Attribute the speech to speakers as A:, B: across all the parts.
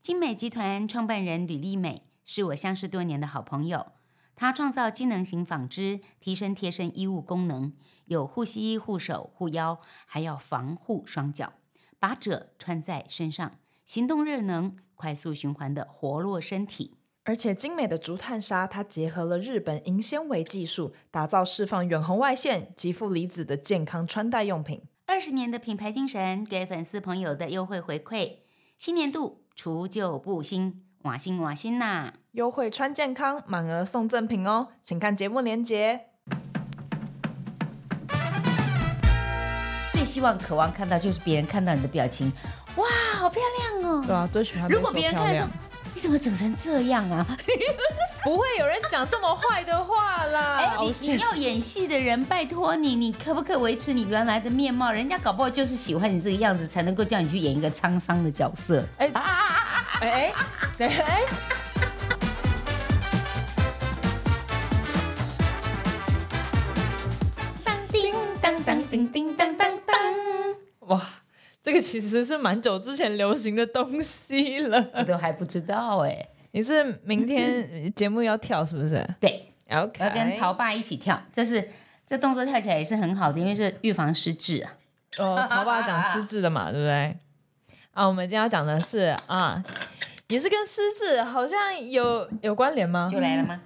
A: 精美集团创办人吕丽美是我相识多年的好朋友。她创造机能型纺织，提升贴身衣物功能，有护膝、护手、护腰，还要防护双脚，把褶穿在身上，行动热能，快速循环的活络身体。
B: 而且精美的竹炭纱，它结合了日本银纤维技术，打造释放远红外线及负离子的健康穿戴用品。
A: 二十年的品牌精神，给粉丝朋友的优惠回馈。新年度除旧布新，瓦新瓦新呐、
B: 优惠穿健康，满额送赠品哦，请看节目链接。
C: 最希望、渴望看到就是别人看到你的表情，哇，好漂亮哦！
D: 对啊，最喜欢
C: 如果别人看的时候，你怎么整成这样啊？
D: 不会有人讲这么坏的话 啦。
C: 哎、
D: 哦
C: 你你要演戏的人，拜托你，你可不可以维持你原来的面貌？人家搞不好就是喜欢你这个样子，才能够叫你去演一个沧桑的角色。
D: 哎哎哎哎，
C: 当叮当当叮叮当当当，
D: 哇，这个其实是蛮久之前流行的东西
C: 我
D: 了。
C: 都还不知道哎、
D: 你是明天节目要跳是不 是
C: 对，
D: ？OK，
C: 我要跟曹爸一起跳，这是这动作跳起来也是很好的，因为是预防失智啊。
D: 哦，曹爸讲失智的嘛，对不对？啊，我们今天要讲的是啊，也是跟失智好像有有关联吗？
C: 就来了吗？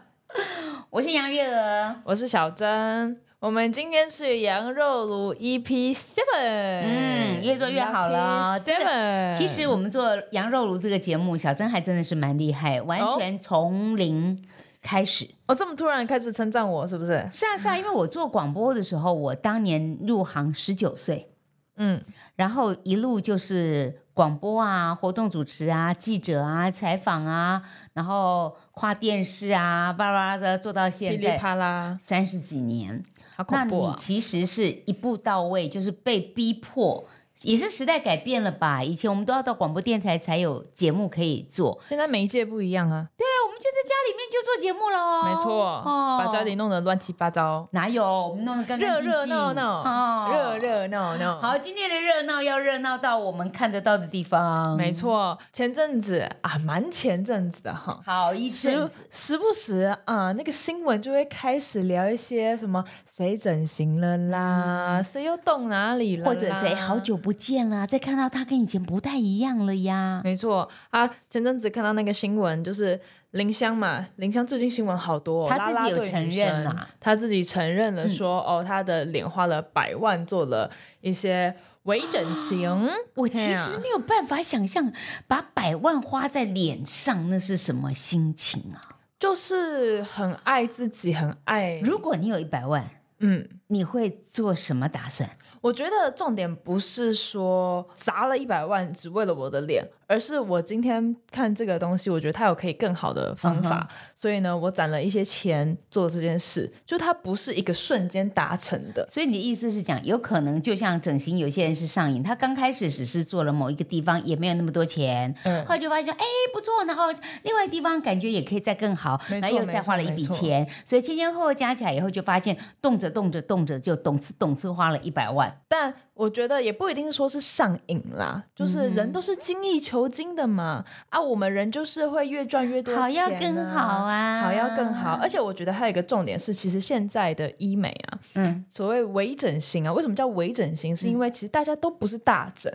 C: 我是杨月娥，
D: 我是小珍，我们今天是羊肉炉 EP Seven，E
C: 嗯越做越好了真
D: ，Seven。
C: 其实我们做羊肉炉这个节目，小珍还真的是蛮厉害，完全从零开始。
D: 哦，这么突然开始称赞我，是不是？
C: 是啊是啊，因为我做广播的时候，我当年入行十九岁，
D: 嗯，
C: 然后一路就是广播啊、活动主持啊、记者啊、采访啊，然后跨电视啊，巴拉巴拉的做到
D: 噼
C: 现
D: 里
C: 在
D: 啪啦，
C: 三十几年。
D: 好
C: 那
D: 恐怖
C: 你
D: 啊！
C: 其实是一步到位，就是被逼迫，也是时代改变了吧？以前我们都要到广播电台才有节目可以做，
D: 现在媒介不一样啊，
C: 对，我们就在家里面就做节目了哦。
D: 没错，把家里弄得乱七八糟，
C: 哪有我们弄得干
D: 热
C: 干净净，
D: 热闹闹，
C: 哦
D: 热。热闹闹。
C: 好，今天的热闹要热闹到我们看得到的地方，
D: 没。错，前阵子啊，蛮前阵子的哈。
C: 好，一
D: 时
C: 阵子
D: 时不时啊，那个新闻就会开始聊一些什么谁整形了啦，谁又动哪里了
C: 嗯
D: 啦，
C: 或者谁好久不见了，再看到他跟以前不太一样了呀。
D: 没错啊，前阵子看到那个新闻，就是林湘嘛，林湘最近新闻好多、哦，
C: 她自己
D: 啦啦队
C: 有承
D: 女神
C: 认啊嗯
D: 她自己承认了说，哦，她的脸花了百万做了一些微整 形，
C: 我其
D: 对啊
C: 实没有办法想象把百万花在脸上，那是什么心情啊？
D: 就是很爱自己，很爱。
C: 如果你有一百万，
D: 嗯，
C: 你会做什么打算？
D: 我觉得重点不是说砸了一百万只为了我的脸，而是我今天看这个东西，我觉得它有可以更好的
C: 嗯
D: 方法所以呢，我攒了一些钱做了这件事，就它不是一个瞬间达成的。
C: 所以你的意思是讲，有可能就像整形，有些人是上瘾，他刚开始只是做了某一个地方，也没有那么多钱，
D: 嗯
C: 后来就发现哎不错，然后另外地方感觉也可以再更好，
D: 没错
C: 然后又再花了一笔钱，所以前前后后加起来以后，就发现动着动着动着就动次动次花了一百万，
D: 但我觉得也不一定说是上瘾啦，
C: 嗯
D: 就是人都是精益求精的嘛。啊，我们人就是会越赚越多钱、啊，
C: 好要更好啊，
D: 好要更好。而且我觉得还有一个重点是，其实现在的医美啊，
C: 嗯，
D: 所谓微整形啊，为什么叫微整形？是因为其实大家都不是大整，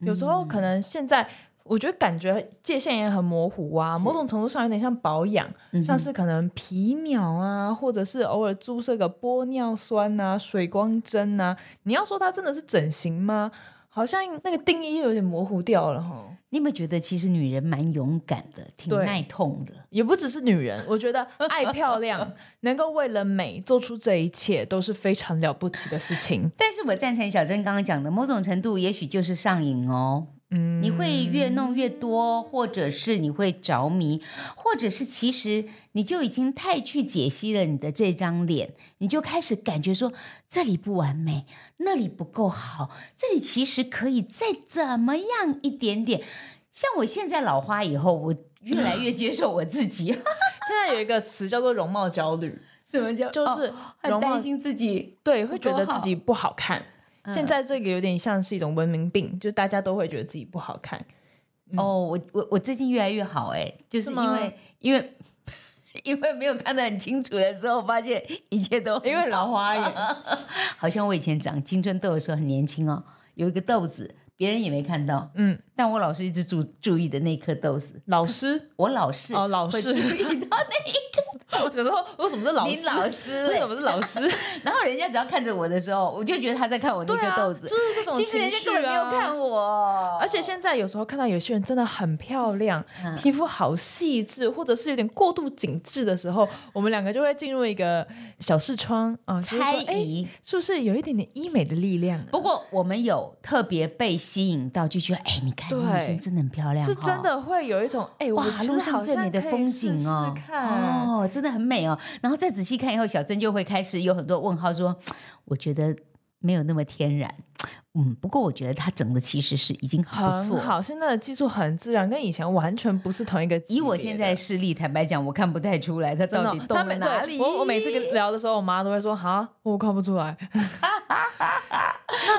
D: 有时候可能现在。我觉得感觉界限也很模糊啊，某种程度上有点像保养，
C: 嗯
D: 像是可能皮秒啊，或者是偶尔注射个玻尿酸啊、水光针啊。你要说它真的是整形吗？好像那个定义又有点模糊掉了哈。
C: 你有没有觉得其实女人蛮勇敢的，挺
D: 对
C: 耐痛的？
D: 也不只是女人，我觉得爱漂亮，能够为了美做出这一切，都是非常了不起的事情。
C: 但是我赞成小珍刚刚讲的，某种程度也许就是上瘾哦。嗯，你会越弄越
D: 嗯
C: 多，或者是你会着迷，或者是其实你就已经太去解析了你的这张脸，你就开始感觉说这里不完美，那里不够好，这里其实可以再怎么样一点点。像我现在老花以后，我越来越接受我自己，
D: 现在有一个词叫做容貌焦虑，
C: 什么叫
D: 就是
C: 哦
D: 容
C: 很
D: 貌
C: 担心自己
D: 对，会觉得自己不好看。
C: 嗯
D: 现在这个有点像是一种文明病，就是大家都会觉得自己不好看。
C: 哦，我我我最近越来越好哎、就是
D: 嗯是
C: 因
D: 吗
C: 为因为 因为没有看得很清楚的时候，发现一切
D: 哎
C: 都
B: 因为老花 眼，
C: 好像我以前长青春痘的时候很年轻哦，有一个痘子，别人也没看到，
D: 嗯，
C: 但我老是一直注注意的那颗痘子，
D: 老师
C: 我老是
D: 哦，老
C: 会注
D: 师，
C: 意到
D: 我时候为什么是 老
C: 你
D: 师？
C: 老师
D: 为
C: 嘞
D: 什么是老师？
C: 然后人家只要看着我的时候，我就觉得他在看我那颗
D: 啊，
C: 豆
D: 就
C: 子，
D: 是这种
C: 其实人家根本没有看
D: 我。
C: 我，
D: 而且现在有时候看到有些人真的很漂亮，
C: 嗯
D: 皮肤好细致，或者是有点过度紧致的时候，我们两个就会进入一个小视窗啊，就是说
C: 猜
D: 哎
C: 疑。
D: 是不是有一点点医美的力量啊？
C: 不过我们有特别被吸引到，就觉得哎，你看
D: 对
C: 那女生真的很漂亮，
D: 是
C: 哈
D: 真。的会有一种哎，
C: 哇
D: 我，其实
C: 路上
D: 好
C: 最
D: 像
C: 美的
D: 可以
C: 风
D: 试
C: 景哦
D: 试，看
C: 哦，真的很美哦。然后再仔细看以后，小珍就会开始有很多问号，说：“我觉得没有那么天然，嗯，不过我觉得她整的其实是已经很不
D: 很
C: 错。
D: 好，现在的技术很自然，跟以前完全不是同一个级
C: 以
D: 别的。
C: 我现在视力，坦白讲，我看不太出来她
D: 真的
C: 到
D: 哦
C: 底动
D: 他
C: 了
D: 们
C: 哪
D: 对
C: 里。
D: 我我每 次跟聊的时候，我妈都会说：“哈，我看不出来。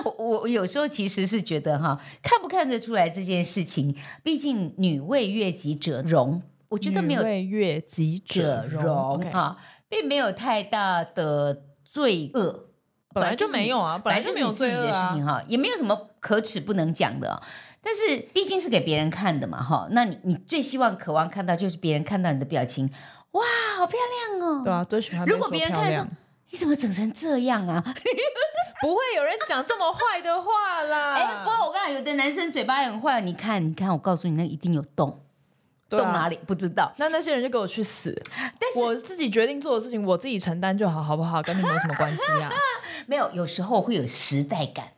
C: 我我我有时候其实是觉得哈，看不看得出来这件事情，毕竟女为悦己者容，我”觉得没有
D: 女为悦己
C: 者容
D: OK
C: 啊，并没有太大的罪恶，
D: 本来就没有啊，本来
C: 就
D: 就是没有
C: 你自己
D: 罪恶
C: 的事
D: 啊
C: 情。哈，也没有什么可耻不能讲的哦。但是毕竟是给别人看的嘛哈，那你你最希望渴望看到就是别人看到你的表情，哇，好漂亮哦！
D: 对啊，最喜欢
C: 如果
D: 被
C: 别人
D: 漂
C: 看的时
D: 亮
C: 候，你怎么整成这样啊？
D: 不会有人讲这么坏的话啦。
C: 哎、不过我跟你讲，有的男生嘴巴也很坏，你看，你看，我告诉你，那一定有洞，
D: 对啊
C: 洞哪里不知道。
D: 那那些人就给我去死！
C: 但是
D: 我自己决定做的事情，我自己承担就好，好不好？跟你们有什么关系啊？
C: 没有，有时候会有时代感。
D: 啊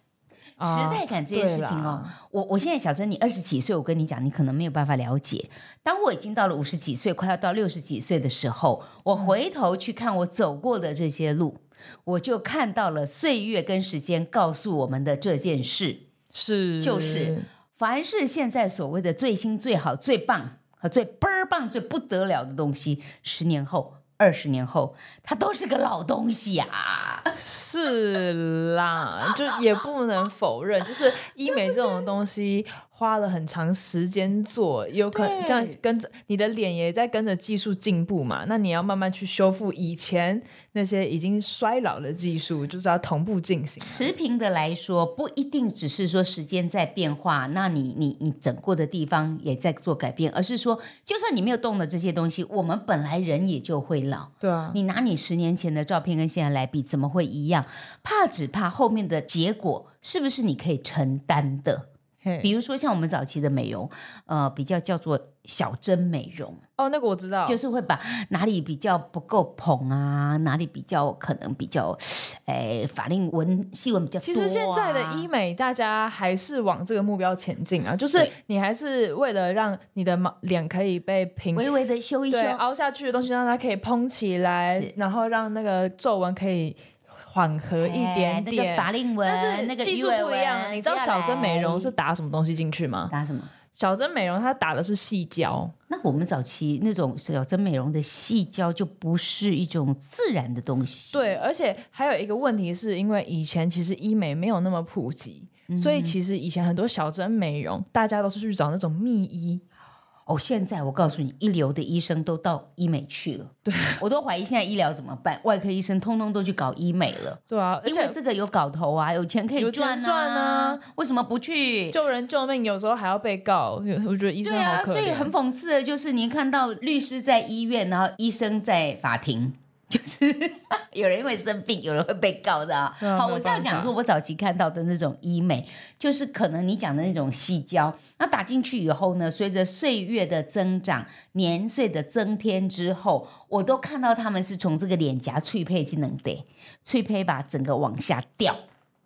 C: 时代感这件事情
D: 对
C: 哦
D: 啦，
C: 我我现在小珍，你二十几岁，我跟你讲，你可能没有办法了解。当我已经到了五十几岁，快要到六十几岁的时候，我回头去看我走过的这些路，我就看到了岁月跟时间告诉我们的这件事。
D: 是
C: 就是凡是现在所谓的最新、最好、最棒和最倍儿棒、最不得了的东西，十年后、二十年后，它都是个老东西呀、啊。
D: 是啦，就也不能否认，就是医美这种东西花了很长时间做，有可能这样跟着你的脸也在跟着技术进步嘛，那你要慢慢去修复以前那些已经衰老的技术，就是要同步进行。
C: 持平的来说，不一定只是说时间在变化，那你你你整过的地方也在做改变，而是说，就算你没有动的这些东西，我们本来人也就会老。
D: 对啊，
C: 你拿你十年前的照片跟现在来比，怎么会一样？怕只怕后面的结果是不是你可以承担的？
D: 嘿
C: 比如说像我们早期的美容，呃，比较叫做小针美容，
D: 哦，那个我知道，
C: 就是会把哪里比较不够蓬啊，哪里比较可能比较，哎，法令纹细纹比较多、啊
D: 其实现在的医，美，大家还是往这个目标前进啊，就是你还是为了让你的毛脸可以被平
C: 微微的修一修
D: 对，凹下去的东西，让它可以蓬起来
C: 是，
D: 然后让那个皱纹可以缓和一
C: 哎
D: 点
C: 那
D: 点。
C: 个法令纹，
D: 但
C: 那
D: 是
C: 个
D: 技术
C: 鱼尾
D: 不一样，啊
C: 纹
D: 你知道
C: 不要
D: 小针美容
C: 来
D: 是打什么东西进去吗？
C: 打什么？
D: 小针美容它打的是细胶，
C: 那我们早期那种小针美容的细胶就不是一种自然的东西，
D: 对，而且还有一个问题是因为以前其实医美没有那么普及，
C: 嗯
D: 所以其实以前很多小针美容，大家都是去找那种密医，
C: 哦，现在我告诉你，一流的医生都到医美去了。对，我都怀疑现在医疗怎么办，外科医生通通都去搞医美了，
D: 对啊，而
C: 因为
D: 且
C: 这个有搞头啊，有钱可以
D: 有
C: 赚
D: 钱
C: 啊，
D: 赚啊
C: 为什么不去？
D: 救人救命，有时候还要被告，我觉得医生
C: 对
D: 好
C: 啊，
D: 可
C: 所
D: 怜。
C: 以很讽刺的就是，你看到律师在医院，然后医生在法庭。 就是有人会生病，有人会被告的啊。
D: 对啊
C: 好，
D: 没有
C: 我是要
D: 办法
C: 讲说，我早期看到的那种医美，就是可能你讲的那种细胶，那打进去以后呢，随着岁月的增长、年岁的增添之后，我都看到他们是从这个脸颊脆配技能得脆配把整个往下掉。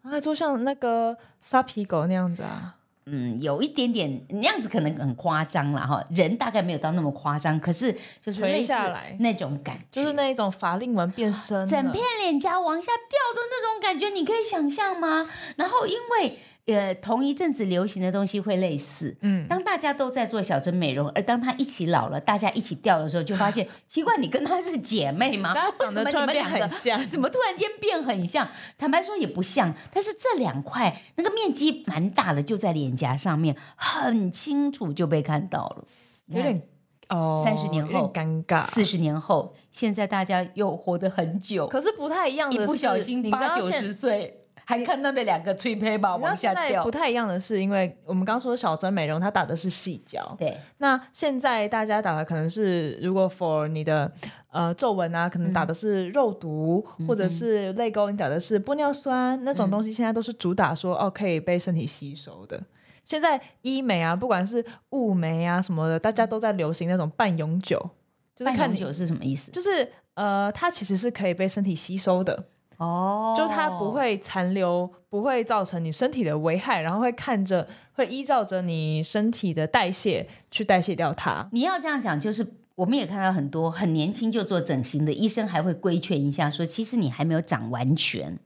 D: 啊，就像那个沙皮狗那样子啊。
C: 嗯，有一点点那样子，可能很夸张了哈。人大概没有到那么夸张，可是就是
D: 垂
C: 类似
D: 下来
C: 那种感觉，
D: 就是那一种法令纹变深了，
C: 整片脸颊往下掉的那种感觉，你可以想象吗？然后因为呃，同一阵子流行的东西会类似。
D: 嗯，
C: 当大家都在做小针美容，而当她一起老了，大家一起掉的时候，就发 现奇怪，你跟她是姐妹吗？
D: 大家
C: 为
D: 长
C: 什
D: 得
C: 么
D: 突
C: 你
D: 然
C: 们
D: 变
C: 两
D: 很
C: 个
D: 像，
C: 怎么突然间变很像？坦白说也不像，但是这两块那个面积蛮大的，就在脸颊上面，很清楚就被看到了。
D: 有点哦，
C: 30年后
D: 有点尴尬。
C: 四十年后，现在大家又活得很久，
D: 可是不太一样
C: 一
D: 的是，
C: 不小心
D: 你知
C: 八
D: 道
C: 九
D: 现
C: 十岁，还看到那两个翠胚吧
D: 你知道
C: 往
D: 现
C: 下
D: 在
C: 掉
D: 不。太一样的是，因为我们刚说小针美容，它打的是细胶。
C: 对，
D: 那现在大家打的可能是，如果 for 你的呃皱纹啊，可能
C: 嗯
D: 打的是肉毒、或者是泪沟，你打的是玻尿酸那
C: 嗯
D: 种东西，现在都是主打说、哦可以被身体吸收的。现在医美啊，不管是雾眉啊什么的，大家都在流行那种半永久，就是
C: 嗯半
D: 看
C: 永
D: 你
C: 久是什么意思？
D: 就是呃，它其实是可以被身体吸收的，
C: 哦
D: 就它不会残留，不会造成你身体的危害，然后会看着，会依照着你身体的代谢去代谢掉它。
C: 你要这样讲，就是我们也看到很多很年轻就做整形的医生，还会规劝一下说，其实你还没有长完全。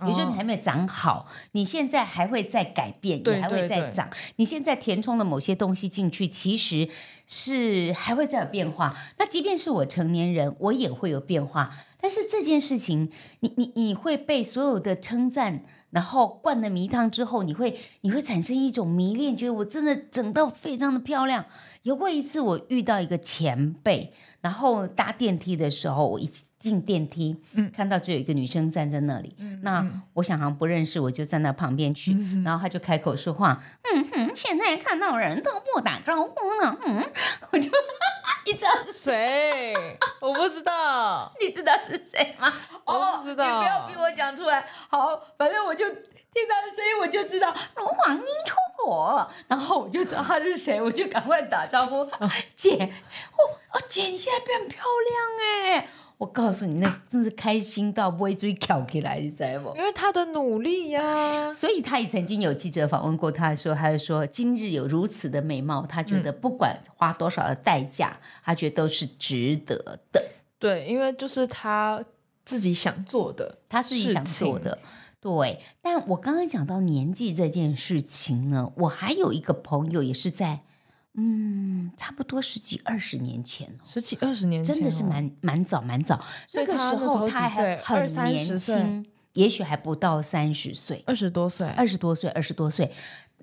C: 比如说，
D: 嗯
C: 你还没有长好，你现在还会再改变，
D: 对
C: 也还会
D: 对
C: 再
D: 对
C: 长。你现在填充了某些东西进去，其实是还会再有变化。那即便是我成年人，我也会有变化。但是这件事情，你你你会被所有的称赞，然后灌了迷汤之后，你会你会产生一种迷恋，觉得我真的整到非常的漂亮。有过一次，我遇到一个前辈，然后搭电梯的时候，我一进电梯，看到只有一个女生站在那里，那我想好像不认识，我就站到旁边去，然后她就开口说话，嗯哼，现在看到人都不打招呼呢，嗯，我就 一直要
D: 谁？ 我不知道。
C: 你知道是谁吗？
D: 我不知
C: 哦，你
D: 道
C: 不要逼我讲出来。好，反正我就听到声音，我就知道罗黄英出国，然后我就知道他是谁，我就赶快打招 呼，姐，哦哦，姐，你现在变漂亮哎！我告诉你，那真是开心到不会追翘起来，你知道不？
D: 因为他的努力呀、
C: 所以他也曾经有记者访问过他的时候，他就说：“今日有如此的美貌，他觉得不管花多少的代价，他觉得都是值得的。”
D: 对，因为就是他自己想做的，
C: 他自己想做的。对，但我刚刚讲到年纪这件事情呢，我还有一个朋友也是在，嗯，差不多十几二十年前哦，
D: 十几二十年前、
C: 真的是，蛮蛮早蛮早。
D: 哦所以
C: 那个
D: 他
C: 时
D: 那时候
C: 候他
D: 几岁
C: 还很
D: 二三
C: 年
D: 十岁
C: 轻，也许还不到三十岁，
D: 二十多岁，
C: 二十多岁，二十多岁。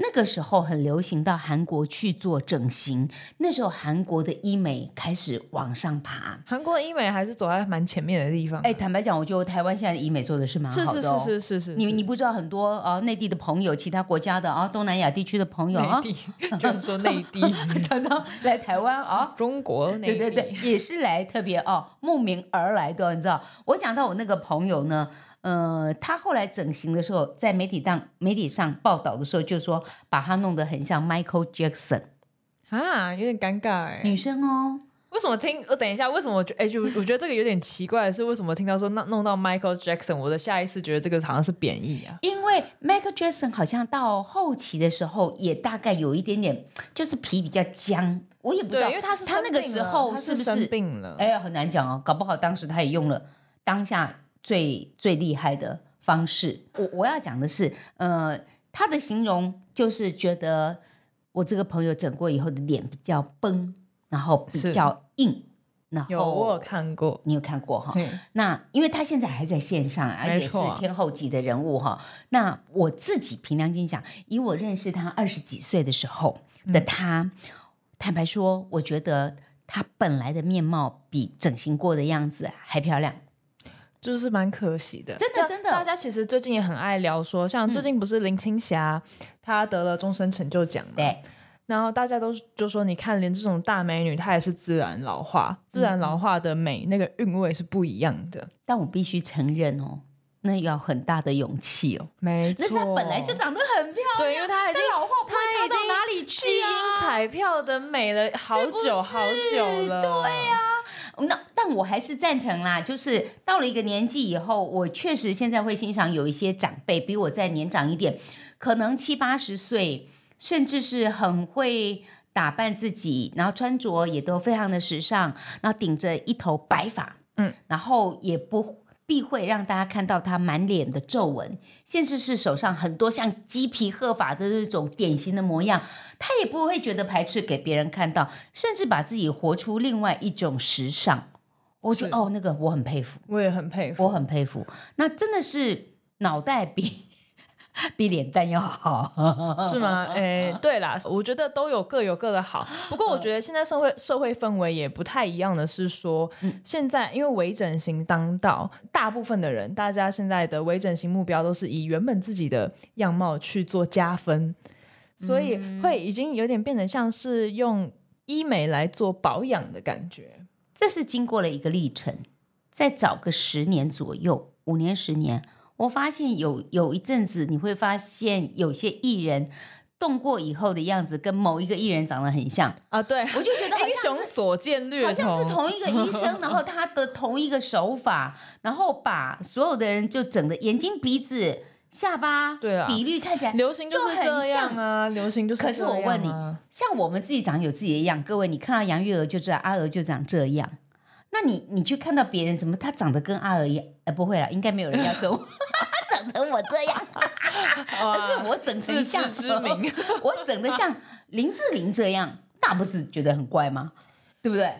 C: 那个时候很流行到韩国去做整形，那时候韩国的医美开始往上爬。
D: 韩国医美还是走在蛮前面的地方。
C: 哎，坦白讲，我觉得台湾现在的医美做的是蛮好
D: 是
C: 的、哦，
D: 是是是是是，
C: 你你不知道很多呃内地的朋友，其他国家的啊、东南亚地区的朋友啊
D: 内，地， 就是说内 地，
C: 常 常来台湾啊。
D: 中国内
C: 对
D: 地，
C: 对对，也是来特别哦，慕名而来的，你知道？我讲到我那个朋友呢，呃，他后来整形的时候，在媒体上媒体上报道的时候，就说把他弄得很像 Michael Jackson
D: 啊，有点尴尬哎、
C: 女生哦，
D: 为什么听？我等一下，为什么我觉哎、就我觉得这个有点奇怪的是，为什么听到说那弄到 Michael Jackson，我的下意识觉得这个好像是贬义啊？
C: 因为 Michael Jackson 好像到后期的时候，也大概有一点点，就是皮比较僵，我也不知
D: 对，
C: 道
D: 因为他是
C: 他那个
D: 生病
C: 时
D: 了
C: 候
D: 他
C: 是
D: 是
C: 不
D: 生
C: 是
D: 病了？
C: 哎呀，很难讲哦，搞不好当时他也用了当下最最厉害的方式。我我要讲的是，呃，他的形容就是觉得我这个朋友整过以后的脸比较崩，然后比
D: 是
C: 较硬，然
D: 有我有
C: 后
D: 看过，
C: 你有看过哈、
D: 嘿
C: 那因为他现在还在线上啊，
D: 没
C: 也是
D: 错
C: 天后级的人物哈、那我自己凭良心讲，以我认识他二十几岁的时候的
D: 嗯
C: 他，坦白说，我觉得他本来的面貌比整形过的样子还漂亮。
D: 就是蛮可惜的。
C: 真的
D: 像
C: 真的嗯
D: 大家其实最近也很爱聊说，像最近不是林青霞她得了终身成就奖嘛？
C: 对，
D: 然后大家都就说，你看，连这种大美女，她也是自然老化，
C: 嗯
D: 自然老化的美，那个韵味是不一样的。
C: 但我必须承认哦，那要很大的勇气哦。
D: 没错，
C: 人家本来就长得很漂亮，
D: 对，因为她已经
C: 那老化不会
D: 她
C: 差
D: 已
C: 到
D: 经
C: 哪里去
D: 基
C: 啊
D: 因彩票的美了好
C: 是不
D: 久
C: 是
D: 好久了，对呀、
C: 那但我还是赞成啦，就是到了一个年纪以后，我确实现在会欣赏有一些长辈比我再年长一点，可能七八十岁，甚至是很会打扮自己，然后穿着也都非常的时尚，然后顶着一头白发，
D: 嗯，
C: 然后也不。必会让大家看到他满脸的皱纹，甚至是手上很多像鸡皮鹤发的那种典型的模样，他也不会觉得排斥给别人看到，甚至把自己活出另外一种时尚。我觉得哦，那个我很佩服，
D: 我也很佩服。
C: 我很佩服。那真的是脑袋比 比脸蛋要好，
D: 是吗？哎、对啦，我觉得都有各有各的好。不过我觉得现在社会社会氛围也不太一样的是说，现在因为微整形当道，大部分的人大家现在的微整形目标都是以原本自己的样貌去做加分，所以会已经有点变得像是用医美来做保养的感觉。
C: 这是经过了一个历程，再早个十年左右，五年十年，我发现有有一阵子，你会发现有些艺人动过以后的样子，跟某一个艺人长得很像，
D: 啊，对，
C: 我就觉得好
D: 英
C: 像
D: 雄
C: 是。
D: 所见略
C: 好
D: 同，
C: 像是同一个医生， 然后他的同一个手法，然后把所有的人就整的眼睛、鼻子、下巴，
D: 对啊
C: 比率看起来
D: 流行就是
C: 就
D: 这
C: 很
D: 样
C: 像
D: 啊，流行就是、啊
C: 可是我问你，像我们自己长有自己的样，各位，你看到杨玉娥就知道阿娥就长这样。那你你去看到别人怎么她长得跟阿娥一样？呃，不会啦，应该没有人要整 我，整成我这样。
D: 可
C: 可是我整成
D: 自
C: 像
D: 知 之明，
C: 我整的像林志玲这样，那不是觉得很怪吗？对不对？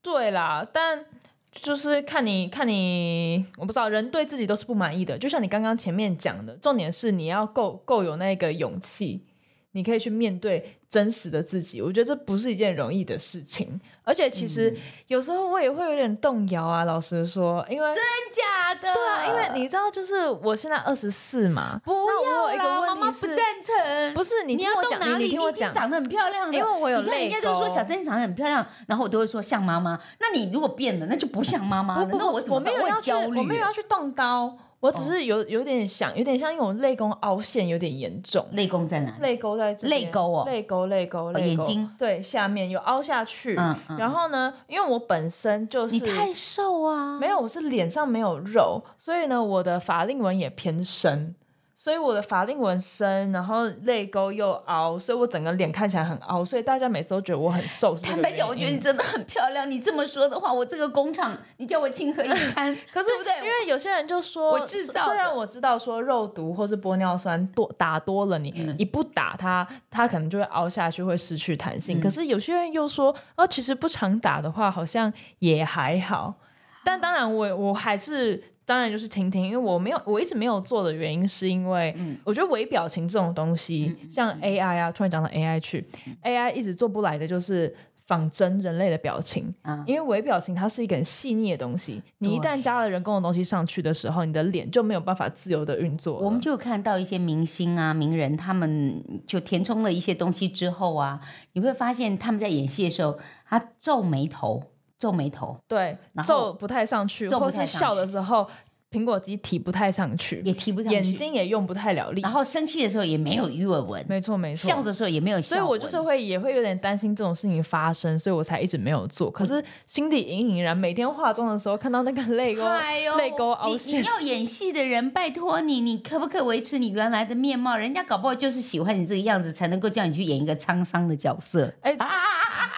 D: 对啦，但就是看你看你，我不知道，人对自己都是不满意的。就像你刚刚前面讲的，重点是你要够够有那个勇气，你可以去面对真实的自己。我觉得这不是一件容易的事情，而且其
C: 嗯
D: 实有时候我也会有点动摇啊。老实说，因为
C: 真假的？
D: 对啊，因为你知道，就是我现在二十四嘛，
C: 不
D: 那
C: 要
D: 我有一个
C: 啦
D: 问题
C: 妈妈不
D: 是
C: 赞成。
D: 不是你
C: 你
D: 听
C: 要
D: 我
C: 动
D: 讲，
C: 哪里？
D: 你听我
C: 已经
D: 讲，
C: 长得很漂亮的，
D: 因为我有
C: 你看人
D: 泪
C: 家都说
D: 沟
C: 小珍长得很漂亮，然后我都会说像妈妈。那你如果变了，那就不像妈妈
D: 不
C: 了。
D: 不
C: 那
D: 不，
C: 我怎么
D: 没
C: 办？
D: 有要
C: 会
D: 去，
C: 焦虑。
D: 我没有要去动刀，我只是有有点想，有点像因为我泪沟凹陷有点严重，
C: 泪沟在哪里？
D: 泪沟在这边
C: 泪沟哦
D: 泪沟泪沟泪
C: 眼
D: 沟，
C: 睛
D: 对下面有凹下去。
C: 嗯嗯
D: 然后呢，因为我本身就是
C: 你太瘦啊！
D: 没有，我是脸上没有肉，所以呢，我的法令纹也偏深。所以我的法令纹深，然后泪沟又凹，所以我整个脸看起来很凹，所以大家每次都觉得我很瘦。是这个
C: 坦白讲，我
D: 原
C: 觉得
D: 因
C: 你真的很漂亮。你这么说的话，我这个工厂，你叫我情何以 堪？
D: 可是
C: 对不对？
D: 因为有些人就说，
C: 我制造的
D: 虽然我知道说肉毒或是玻尿酸多打多了你，
C: 嗯
D: 你不打它，它可能就会凹下去，会失去弹
C: 嗯
D: 性。可是有些人又说，哦、其实不常打的话，好像也还
C: 哦
D: 好。但当然我，我还是当然就是婷婷，因为我没有，我一直没有做的原因，是因为
C: 嗯
D: 我觉得微表情这种东西，像 AI 啊，突然讲到 AI 去，AI 一直做不来的就是仿真人类的表情，
C: 嗯
D: 因为微表情它是一个很细腻的东西，你一旦加了人工的东西上去的时候，你的脸就没有办法自由的运作了。
C: 我们就有看到一些明星啊、名人，他们就填充了一些东西之后啊，你会发现他们在演戏的时候，他皱眉头、皱眉头
D: 对
C: 然后
D: 皱不太上去，
C: 皱不
D: 或
C: 太上
D: 是
C: 去
D: 笑的时候，苹果肌提不太上去，
C: 也提不上去，
D: 眼睛也用不太了力
C: 然。后生气的时候也没有鱼尾纹，
D: 没错，没错，
C: 笑的时候也没有笑
D: 所
C: 纹，
D: 以我就是会也会有点担心这种事情发生，所以我才一直没有做。可是心里隐隐然，每天化妆的时候看到那个泪沟
C: 哎呦
D: 泪沟凹
C: 你
D: 陷
C: 你，要演戏的人，拜托你，你可不可以维持你原来的面貌？人家搞不好就是喜欢你这个样子，才能够叫你去演一个沧桑的角色。
D: 哎哎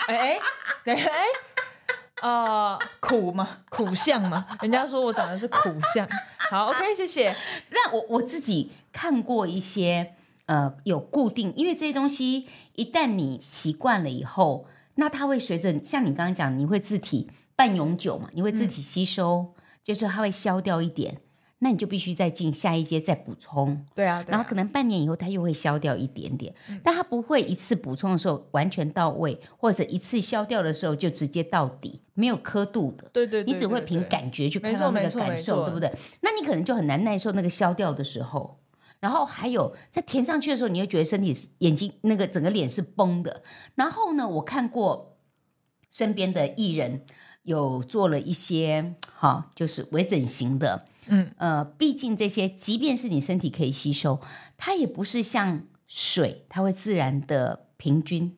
D: 哎哎，呃，苦嘛，苦相嘛，人家说我长得是苦相。好，OK，谢谢。
C: 那我我自己看过一些呃有固定，因为这些东西一旦你习惯了以后，那它会随着像你刚刚讲，你会自体半永久嘛，你会
D: 嗯
C: 自体吸收，就是它会消掉一点，那你就必须再进下一阶再补充。
D: 对啊，嗯对
C: 然后
D: 啊
C: 可能半年以后它又会消掉一点点，但它不会一次补充的时候完全到位，或者一次消掉的时候就直接到底，没有刻度的。
D: 对对，对
C: 你只会
D: 对
C: 凭
D: 对
C: 感觉去
D: 没
C: 看到
D: 错
C: 那
D: 没
C: 个
D: 错
C: 感
D: 没
C: 受，
D: 错
C: 对不对？那你可能就很难耐受那个消掉的时候。然后还有在填上去的时候，你又觉得身体是眼睛那个整个脸是崩的。然后呢，我看过身边的艺人有做了一些哈，就是微整形的，
D: 嗯
C: 呃，毕竟这些即便是你身体可以吸收，它也不是像水，它会自然的平均，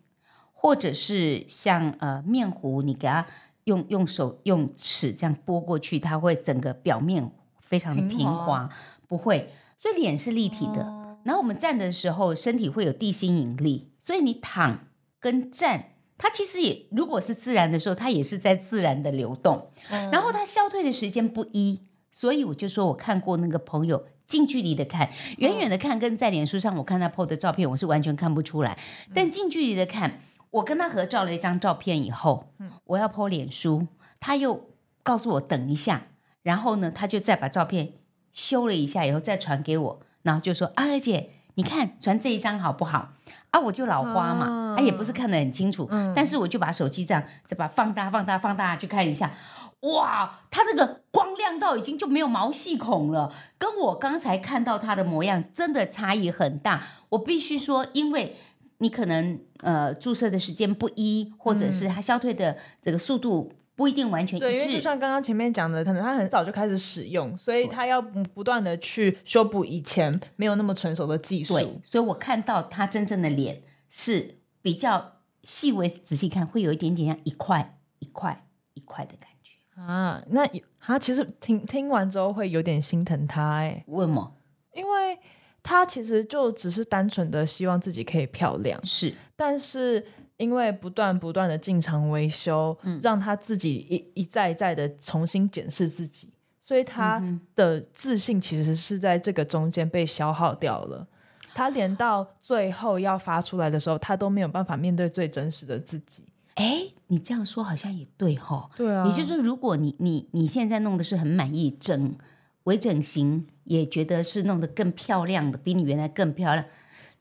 C: 或者是像呃面糊，你给它用用手用尺这样拨过去，它会整个表面非常的
D: 平
C: 平
D: 滑
C: 滑，哦不会，所以脸是立体的。然后我们站的时候，身体会有地心引力，所以你躺跟站，它其实也嗯如果是自然的时候，它也是在自然的流动。然后它消退的时间不一，所以我就说我看过那个朋友。近距离的看，远远的看，跟在脸书上我看他 PO 的照片，我是完全看不出来。但近距离的看，我跟他合照了一张照片以后，我要 PO 脸书，他又告诉我等一下，然后呢，他就再把照片修了一下以后再传给我，然后就说：“啊，二姐，你看传这一张好不好？”啊，我就老花嘛，啊，也不是看得很清楚，
D: 嗯
C: 但是我就把手机这样再把它放大、放大、放大去看一下，哇，它那个光亮到已经就没有毛细孔了，跟我刚才看到它的模样真的差异很大。我必须说，因为你可能呃注射的时间不一，或者是它消退的这个速度不一定完全
D: 嗯对，
C: 一
D: 因为就
C: 致。
D: 像刚刚前面讲的，可能他很早就开始使用，所以他要不不断的去修补以前没有那么成熟的技术。
C: 对，所以我看到他真正的脸是比较细微，仔细看会有一点点像一块一块一块的感觉。
D: 啊，那有他其实听听完之后会有点心疼他哎、
C: 为什么？
D: 因为他其实就只是单纯的希望自己可以漂亮，
C: 是
D: 但是因为不断不断的进场维修，让他自己一一再一再的重新检视自己，所以他的自信其实是在这个中间被消耗掉了。他连到最后要发出来的时候，他都没有办法面对最真实的自己。
C: 哎，你这样说好像也对哈、
D: 对啊
C: 也就是说，如果你你你现在弄的是很满意，整微整形也觉得是弄得更漂亮的，比你原来更漂亮，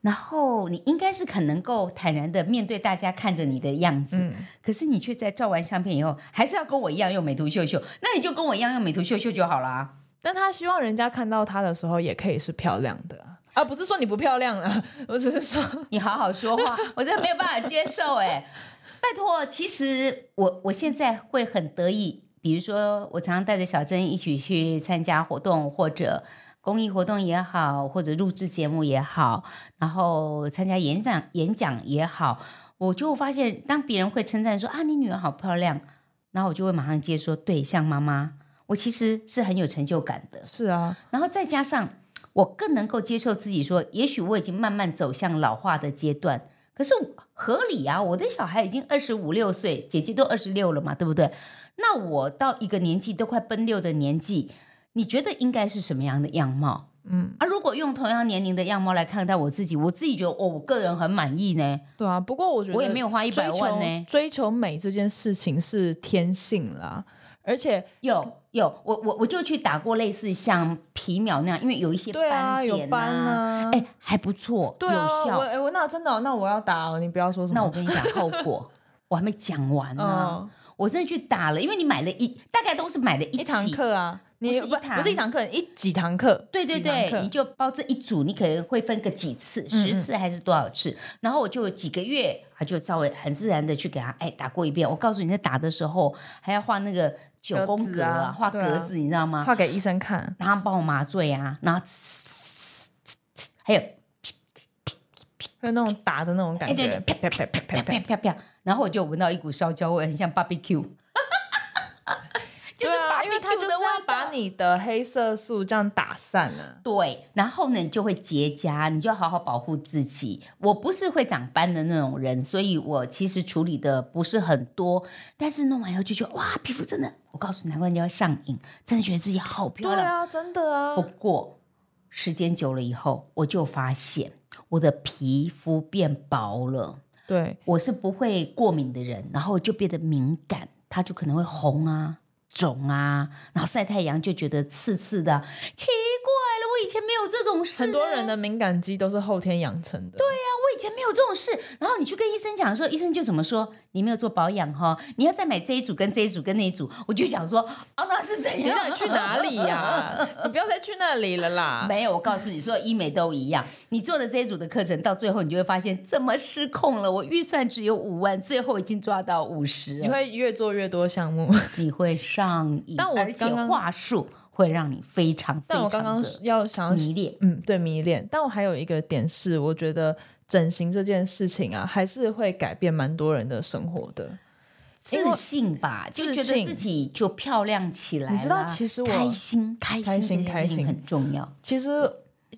C: 然后你应该是很能够坦然的面对大家看着你的样子。
D: 嗯
C: 可是你却在照完相片以后，还是要跟我一样用美图秀秀，那你就跟我一样用美图秀秀就好了啊。
D: 但他希望人家看到他的时候，也可以是漂亮的啊，而、不是说你不漂亮啊。 我只是说，
C: 你好好说话，我真的没有办法接受哎。 拜托，其实我我现在会很得意，比如说我常常带着小珍一起去参加活动，或者公益活动也好，或者录制节目也好，然后参加演讲演讲也好，我就发现当别人会称赞说啊你女儿好漂亮，然后我就会马上接说对，像妈妈，我其实是很有成就感的。
D: 是啊，
C: 然后再加上我更能够接受自己说，也许我已经慢慢走向老化的阶段，可是合理啊，我的小孩已经二十五六岁，姐姐都二十六了嘛，对不对？那我到一个年纪都快奔六的年纪，你觉得应该是什么样的样貌？嗯，啊，如果用同样年龄的样貌来看待我自己，我自己觉得、哦、我个人很满意呢，
D: 对啊。不过我觉得
C: 我也没有花一百
D: 追求
C: 万呢。
D: 追求美这件事情是天性啦，而且
C: 有有，我我我就去打过类似像皮秒那样，因为有一些
D: 对啊，
C: 斑
D: 有
C: 点
D: 斑
C: 啊，
D: 啊，
C: 哎、还不错，
D: 对啊，
C: 有效
D: 我。哎我那真的哦、那我要打哦，你不要说什么。
C: 那我跟你 讲后果，我还没讲完呢、
D: 嗯，
C: 我真的去打了，因为你买了一，大概都是买了一
D: 一堂
C: 起，
D: 课啊，你
C: 不是一
D: 不
C: 堂
D: 不是一堂课，一几堂课？
C: 对对
D: 几堂
C: 对，
D: 课嗯
C: 你就包这一组，你可能会分个几次，十次还是多少次？然后我就有几个月，他就稍微很自然的去给他哎打过一遍。我告诉你，在打的时候还要画那个九
D: 格
C: 宫
D: 子
C: 格
D: 啊
C: 画
D: 对
C: 格
D: 啊
C: 子，你知道吗？
D: 画给医生看，
C: 然后帮我麻醉啊，然后呲呲呲呲还有
D: 会有那种打的那种感
C: 哎对
D: 觉，啪啪啪啪啪
C: 啪
D: 啪
C: 啪啪啪，然后我就闻到一股烧焦味，很像 barbecue，就是
D: 对啊，因为他
C: barbecue
D: 就
C: 的
D: 是
C: 味
D: 要把
C: 道
D: 你的黑色素这样打散啊。
C: 对，然后呢，你就会结痂，你就要好好保护自己。我不是会长斑的那种人，所以我其实处理的不是很多，但是弄完以后就觉得哇，皮肤真的，我告诉你，难怪人家会上瘾，真的觉得自己好
D: 对
C: 漂亮。
D: 啊，真的啊
C: 不，过时间久了以后，我就发现我的皮肤变薄了。
D: 对，
C: 我是不会过敏的人，然后就变得敏感，它就可能会红啊、肿啊，然后晒太阳就觉得刺刺的啊。奇怪了，我以前没有这种事呢，
D: 很多人的敏感肌都是后天养成的。对呀、
C: 我以前没有这种事。然后你去跟医生讲的时候，医生就怎么说？你没有做保养哈，你要再买这一组跟这一组跟那一组。我就想说，哦，那是怎
D: 你
C: 样？
D: 到底去哪里呀、 你不要再去那里了啦。
C: 没有，我告诉你，所有医美都一样。你做的这一组的课程，到最后你就会发现怎么失控了。我预算只有五万，最后已经抓到五十。
D: 你会越做越多项目，
C: 你会上瘾，
D: 但我
C: 而且
D: 刚刚
C: 话术会让你非常非
D: 但我
C: 常
D: 刚刚
C: 的
D: 要想要
C: 迷恋。
D: 嗯，对，迷恋。但我还有一个点是，我觉得整形这件事情啊，还是会改变蛮多人的生活的。因为
C: 自信吧，就
D: 自
C: 觉得
D: 信
C: 自己就漂亮起来啦。
D: 你知道其实我
C: 开心，开
D: 开
C: 心，
D: 心
C: 这件事
D: 开
C: 情
D: 心
C: 很重要。
D: 其实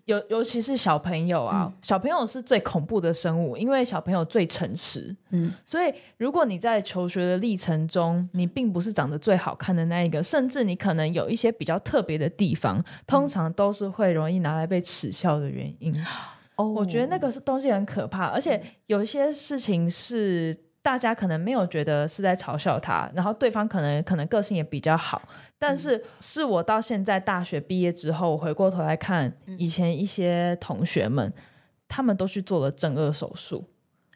D: 尤尤其是小朋友啊，小朋友是最恐怖的生物，因为小朋友最诚实。
C: 嗯
D: 嗯，所以如果你在求学的历程中，你并不是长得最好看的那一个，甚至你可能有一些比较特别的地方，通常都是会容易拿来被耻笑的原因。
C: 哦，
D: 我觉得那个是东西很可怕，
C: 嗯
D: 而且有一些事情是大家可能没有觉得是在嘲笑他，然后对方可能可能个性也比较好，但
C: 嗯
D: 是是我到现在大学毕业之后，我回过头来看
C: 嗯
D: 以前一些同学们，他们都去做了正颚手术，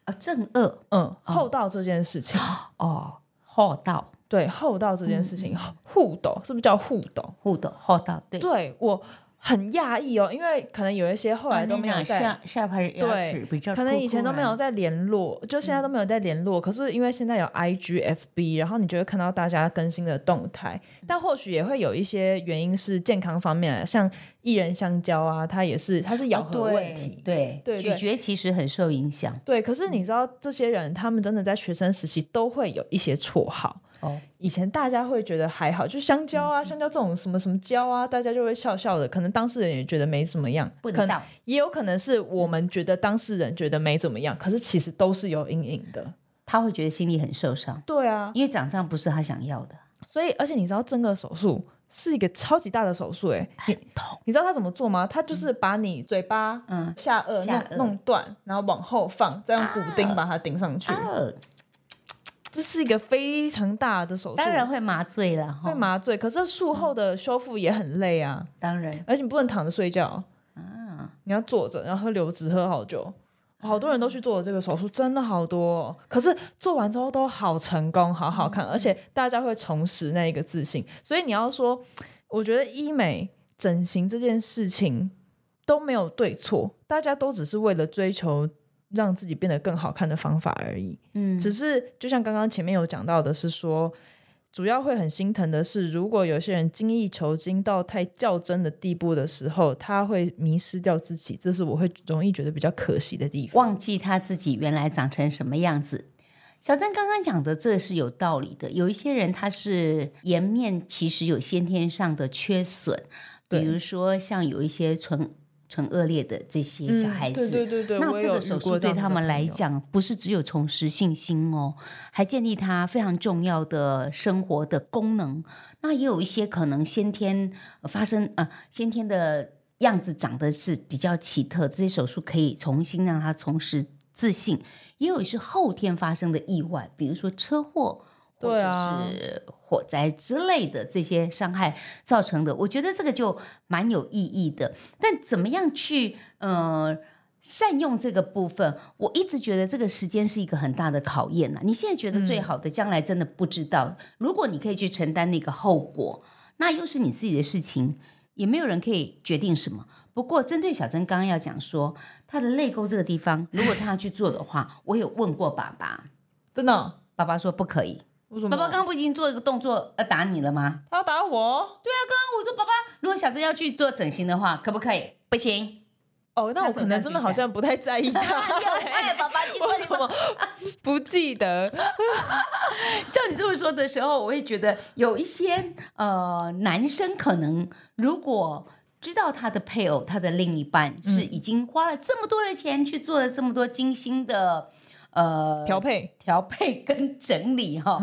C: 啊正恶
D: 嗯，厚道这件事情，
C: 哦，厚道
D: 对厚道这件事情，护斗是不是叫护斗？
C: 护的厚道，对，
D: 对我很讶异哦，因为可能有一些后
C: 啊
D: 来都没有在。
C: 下下巴牙齿比较啊
D: 可能以前都没有
C: 在
D: 在联络，就现在都没
C: 嗯
D: 有在联络。可是因为现在有 IGFB，然后你就会看到大家更新的动态。
C: 嗯
D: 但或许也会有一些原因是健康方面啊，像艺人香蕉啊，它也是它是咬合问题。
C: 哦对
D: 对
C: 咀
D: 对
C: 嚼其实很受影响
D: 对，可是
C: 嗯
D: 你知道这些人，他们真的在学生时期都会有一些绰号。
C: 哦，
D: 以前大家会觉得还好，就香蕉
C: 嗯
D: 啊，香蕉这种什么什么蕉啊，大家就会笑笑的。可能当事人也觉得没怎么样，
C: 不嗯
D: 可
C: 能
D: 能
C: 到
D: 也有可能是我们觉得当事人觉得没怎么样，可是其实都是有阴影的。
C: 他会觉得心里很受伤，
D: 对啊，
C: 因为长相不是他想要的，
D: 所以而且你知道正颌手术是一个超级大的手术、欸，哎，
C: 痛
D: 你知道他怎么做吗？他就是把你嘴巴、
C: 嗯
D: 下颚
C: 下颚
D: 弄弄断，然后往后放，再用骨钉把它钉上去。
C: 啊，
D: 这是一个非常大的手术，
C: 当然嗯会麻醉了哈，
D: 会麻醉，可是术后的修复也很累啊，
C: 当然
D: 而且你不能躺着睡觉，
C: 啊，
D: 你要坐着，然后流质喝好久。好多人都去做了这个手术，真的好多、哦。可是做完之后都好成功，好好看，而且大家会重拾那一个自信。所以你要说，我觉得医美整形这件事情都没有对错，大家都只是为了追求让自己变得更好看的方法而已。
C: 嗯，
D: 只是就像刚刚前面有讲到的是说，主要会很心疼的是，如果有些人精益求精到太较真的地步的时候，他会迷失掉自己，这是我会容易觉得比较可惜的地方。
C: 忘记他自己原来长成什么样子。小郑刚刚讲的这是有道理的，有一些人他是颜面其实有先天上的缺损，比
D: 对
C: 如说像有一些唇唇腭裂的这些小孩子，
D: 嗯对对对对，
C: 那
D: 我也
C: 这
D: 有
C: 个
D: 遇
C: 手术
D: 过这
C: 对
D: 样子
C: 他
D: 的
C: 们来
D: 朋友，
C: 讲，不是只有重拾信心哦，还建立他非常重要的生活的功能。那也有一些可能先天呃发生呃先天的样子长得是比较奇特，这些手术可以重新让他重拾自信。也有是后天发生的意外，比如说车祸。或
D: 对
C: 者
D: 啊
C: 是火灾之类的这些伤害造成的，我觉得这个就蛮有意义的。但怎么样去呃善用这个部分，我一直觉得这个时间是一个很大的考验呐、你现在觉得
D: 嗯
C: 最好的，将来真的不知道。如果你可以去承担那个后果，那又是你自己的事情，也没有人可以决定什么。不过，针对小珍刚刚要讲说，她的泪沟这个地方，如果她要去做的话， 我有问过爸爸，
D: 真的哦
C: 爸爸说不可以。
D: 为什么？
C: 爸爸刚刚不已经做一个动作要打你了吗？啊
D: 他要打我
C: 那我说爸爸，如果小珍要去做整形的话，可不可以？不行。
D: 哦，那
C: 他
D: 我
C: 手这
D: 可
C: 样
D: 能真的
C: 举
D: 好
C: 起来。
D: 像不太在意他
C: 哎，爸爸经过
D: 为
C: 你
D: 什么 不记得？
C: 照你这么说的时候，我会觉得有一些呃男生可能如果知道他的配偶、他的另一半是已经花了这么多的钱去做了这么多精心的呃
D: 调配
C: 调配跟整理哈、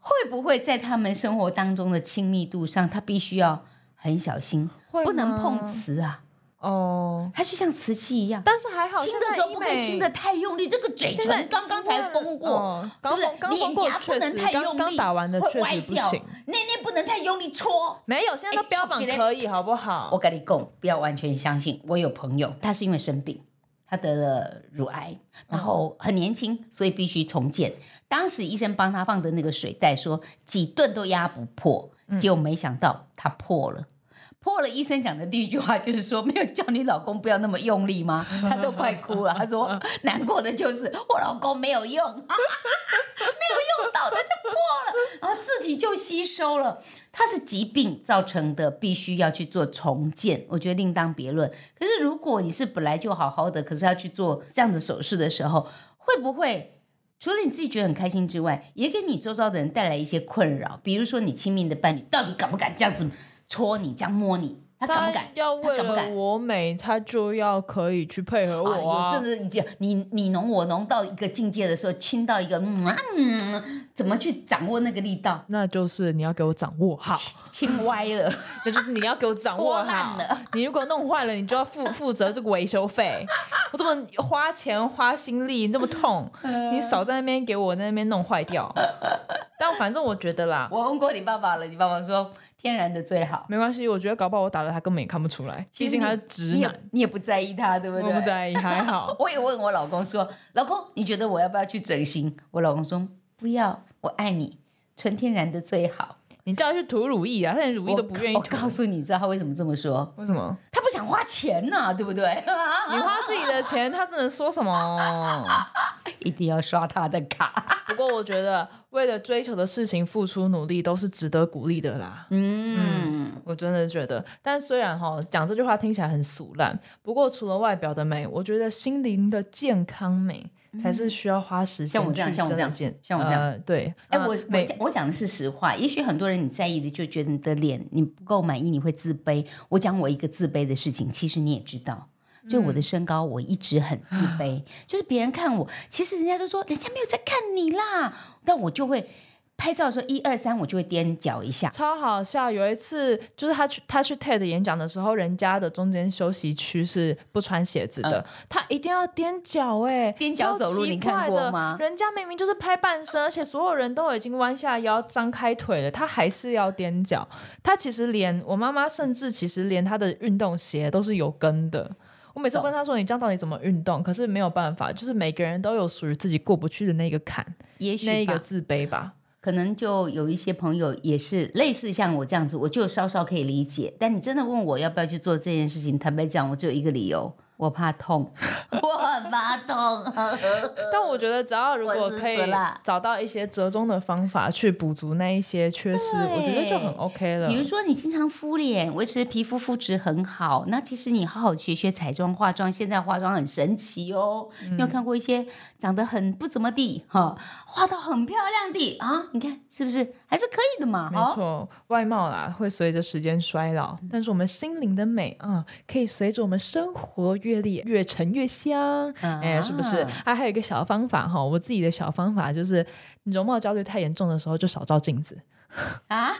C: 会不会在他们生活当中的亲密度上，他必须要很小心，
D: 会
C: 不能
D: 吗
C: 碰瓷啊，
D: 哦，
C: 它就像瓷器一样。
D: 但是还好，
C: 亲
D: 现
C: 的
D: 在
C: 时候
D: 医
C: 不可以
D: 美
C: 亲的太用力，这个嘴
D: 现在
C: 唇刚刚才封过，
D: 哦
C: 对不
D: 刚
C: 对
D: 封刚封过
C: 脸颊不
D: 确
C: 能
D: 实
C: 太
D: 刚
C: 用力，
D: 刚打完的
C: 会
D: 确实
C: 歪
D: 不
C: 掉
D: 行
C: 内内不能太用力戳。
D: 没有，现在都标榜可以，好不好？
C: 哎我跟你讲，不要完全相信。我有朋友，他是因为生病，他得了乳癌，然后很年轻，所以必须重建。当时医生帮他放的那个水袋说几顿都压不破，结果没想到他破了。破了，医生讲的第一句话就是说：“没有叫你老公不要那么用力吗？”他都快哭了。他说：“难过的就是我老公没有用， 没有用到，他就破了，然后字啊体就吸收了。它是疾病造成的，必须要去做重建，我觉得另当别论。可是如果你是本来就好好的，可是要去做这样的手术的时候，会不会除了你自己觉得很开心之外，也给你周遭的人带来一些困扰？比如说你亲密的伴侣到底敢不敢这样子戳你、这样摸你？他敢不敢？
D: 要
C: 他
D: 为
C: 敢不
D: 了
C: 敢？
D: 我美，他就要可以去配合
C: 哎
D: 我
C: 呦，
D: 啊！
C: 这个已经你你侬我侬到一个境界的时候，亲到一个嗯啊嗯，怎么去掌握那个力道？
D: 那就是你要给我掌握好，
C: 亲歪了，
D: 那就是你要给我 掌握
C: 戳烂
D: 好
C: 了。
D: 你如果弄坏了，你就要负负责这个维修费。我这么花钱花心力，你这么痛，
C: 嗯
D: 你少在那边给我在那边弄坏 掉。但反正我觉得啦，
C: 我问过你爸爸了，你爸爸说天然的最好。
D: 没关系，我觉得搞不好我打了他根本也看不出来，
C: 其
D: 毕
C: 实
D: 竟
C: 你
D: 他是直
C: 你
D: 男
C: 也，你也不在意他，对不
D: 我
C: 对？
D: 不在意，还 好。
C: 我也问我老公说：“老公，你觉得我要不要去整形？”我老公说：“不要，我爱你，纯天然的最好。
D: 你叫他去涂乳液啊，他连乳
C: 我”
D: 液都不愿意
C: 我
D: 涂。
C: 告诉你，知道他为什么这么说？
D: 为什么？
C: 他不想花钱呐、对不对？
D: 你花自己的钱，他只能说什么？
C: 一定要刷他的卡。
D: 不过我觉得，为了追求的事情付出努力，都是值得鼓励的啦。
C: 嗯，
D: 我真的觉得，但虽然哈讲这句话听起来很俗烂，不过除了外表的美，我觉得心灵的健康美才是需要花时间
C: 嗯像我这样
D: 去
C: 像我这
D: 真的
C: 样
D: 见
C: 像我这样
D: 呃对，
C: 哎、
D: 呃
C: 我我
D: 美
C: 讲我讲的是实话，也许很多人你在意的就觉得你的脸你不够满意，你会自卑。我讲我一个自卑的事情，其实你也知道。就
D: 嗯
C: 我的身高，我一直很自 卑，就是别人看我，其实人家都说人家没有在看你啦，但我就会拍照的时候一二三，我就会踮脚一下，
D: 超好笑。有一次，就是他去他去 TED 演讲的时候，人家的中间休息区是不穿鞋子的，他一定要踮脚哎，
C: 嗯踮脚走路
D: 超奇
C: 你看过吗
D: 怪的人家明明就是拍半身，而且所有人都已经弯下腰、张开腿了，他还是要踮脚。他其实连我妈妈，甚至其实连他的运动鞋都是有跟的。我每次问他说：“你这样到底怎么运动？”可是没有办法，就是每个人都有属于自己过不去的那个坎，
C: 也许吧
D: 那一个自卑吧。
C: 可能就有一些朋友也是类似像我这样子，我就稍稍可以理解。但你真的问我要不要去做这件事情，坦白讲，我只有一个理由，我怕痛， 我很怕痛。
D: 但我觉得，只要如果可以
C: 我是死啦
D: 找到一些折中的方法去补足那一些缺失，
C: 对
D: 我觉得就很 OK 了。
C: 比如说，你经常敷脸，维持皮肤肤质很好，那其实你好好学学彩妆、化妆。现在化妆很神奇哦，你有
D: 嗯
C: 看过一些长得很不怎么地哈，画到很漂亮的啊？你看是不是还是可以的嘛？
D: 没
C: 哦，
D: 错，外貌啦会随着时间衰老，但是我们心灵的美啊、可以随着我们生活阅历越沉越香。哎、是不是？啊，还有一个小方法哈，我自己的小方法就是，你容貌焦虑太严重的时候，就少照镜子。
C: 啊？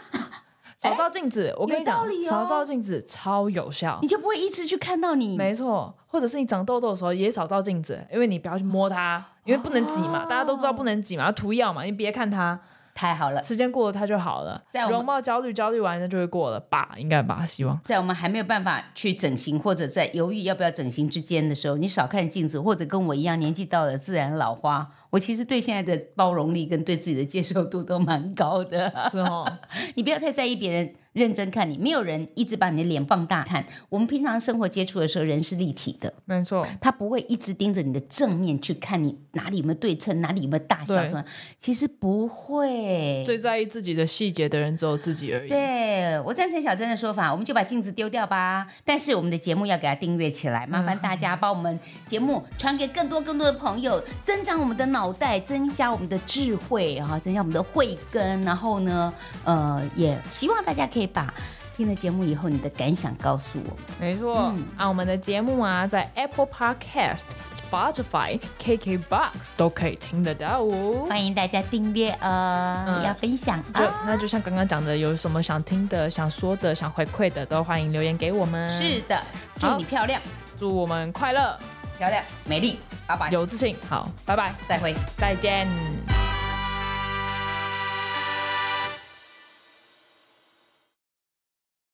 D: 少照镜子，我跟你讲
C: 有道，理哦
D: 少照镜子超有效
C: 你。就不会一直去看到你
D: 没错，或者是你长痘痘的时候也少照镜子，因为你不要去摸它，因为不能挤嘛，大家都知道不能挤嘛，要涂药嘛，你别看它，
C: 太好了。
D: 时间过了它就好了
C: 在我。们
D: 容貌焦虑焦虑完那就会过了吧，应该吧，希望。
C: 在我们还没有办法去整形，或者在犹豫要不要整形之间的时候，你少看镜子，或者跟我一样年纪到了自然老花。我其实对现在的包容力跟对自己的接受度都蛮高的。
D: 是哦，
C: 你不要太在意别人认真看你，没有人一直把你的脸放大看。我们平常生活接触的时候，人是立体的，
D: 没错，
C: 他不会一直盯着你的正面去看你哪里有没有对称，哪里有没有大小
D: 对
C: 什么。其实不会。
D: 最在意自己的细节的人只有自己而已。
C: 对我赞成小珍的说法，我们就把镜子丢掉吧。但是我们的节目要给它订阅起来，麻烦大家帮我们节目传给更多更多的朋友，增长我们的脑袋，增加我们的智慧啊，增加我们的慧根。然后呢，呃，也希望大家可以把听了节目以后你的感想告诉我们。
D: 没错、
C: 嗯
D: 啊，我们的节目啊，在 Apple Podcast、Spotify、KKBox 都可以听得到哦。
C: 欢迎大家订阅哦，
D: 嗯
C: 要分享
D: 就
C: 啊。
D: 那就像刚刚讲的，有什么想听的、想说的、想回馈的，都欢迎留言给我们。
C: 是的，祝
D: 好
C: 你漂亮、
D: 祝我们快乐，
C: 漂亮、美丽，拜拜，
D: 有自信。好，拜拜，
C: 再会。
D: 再见。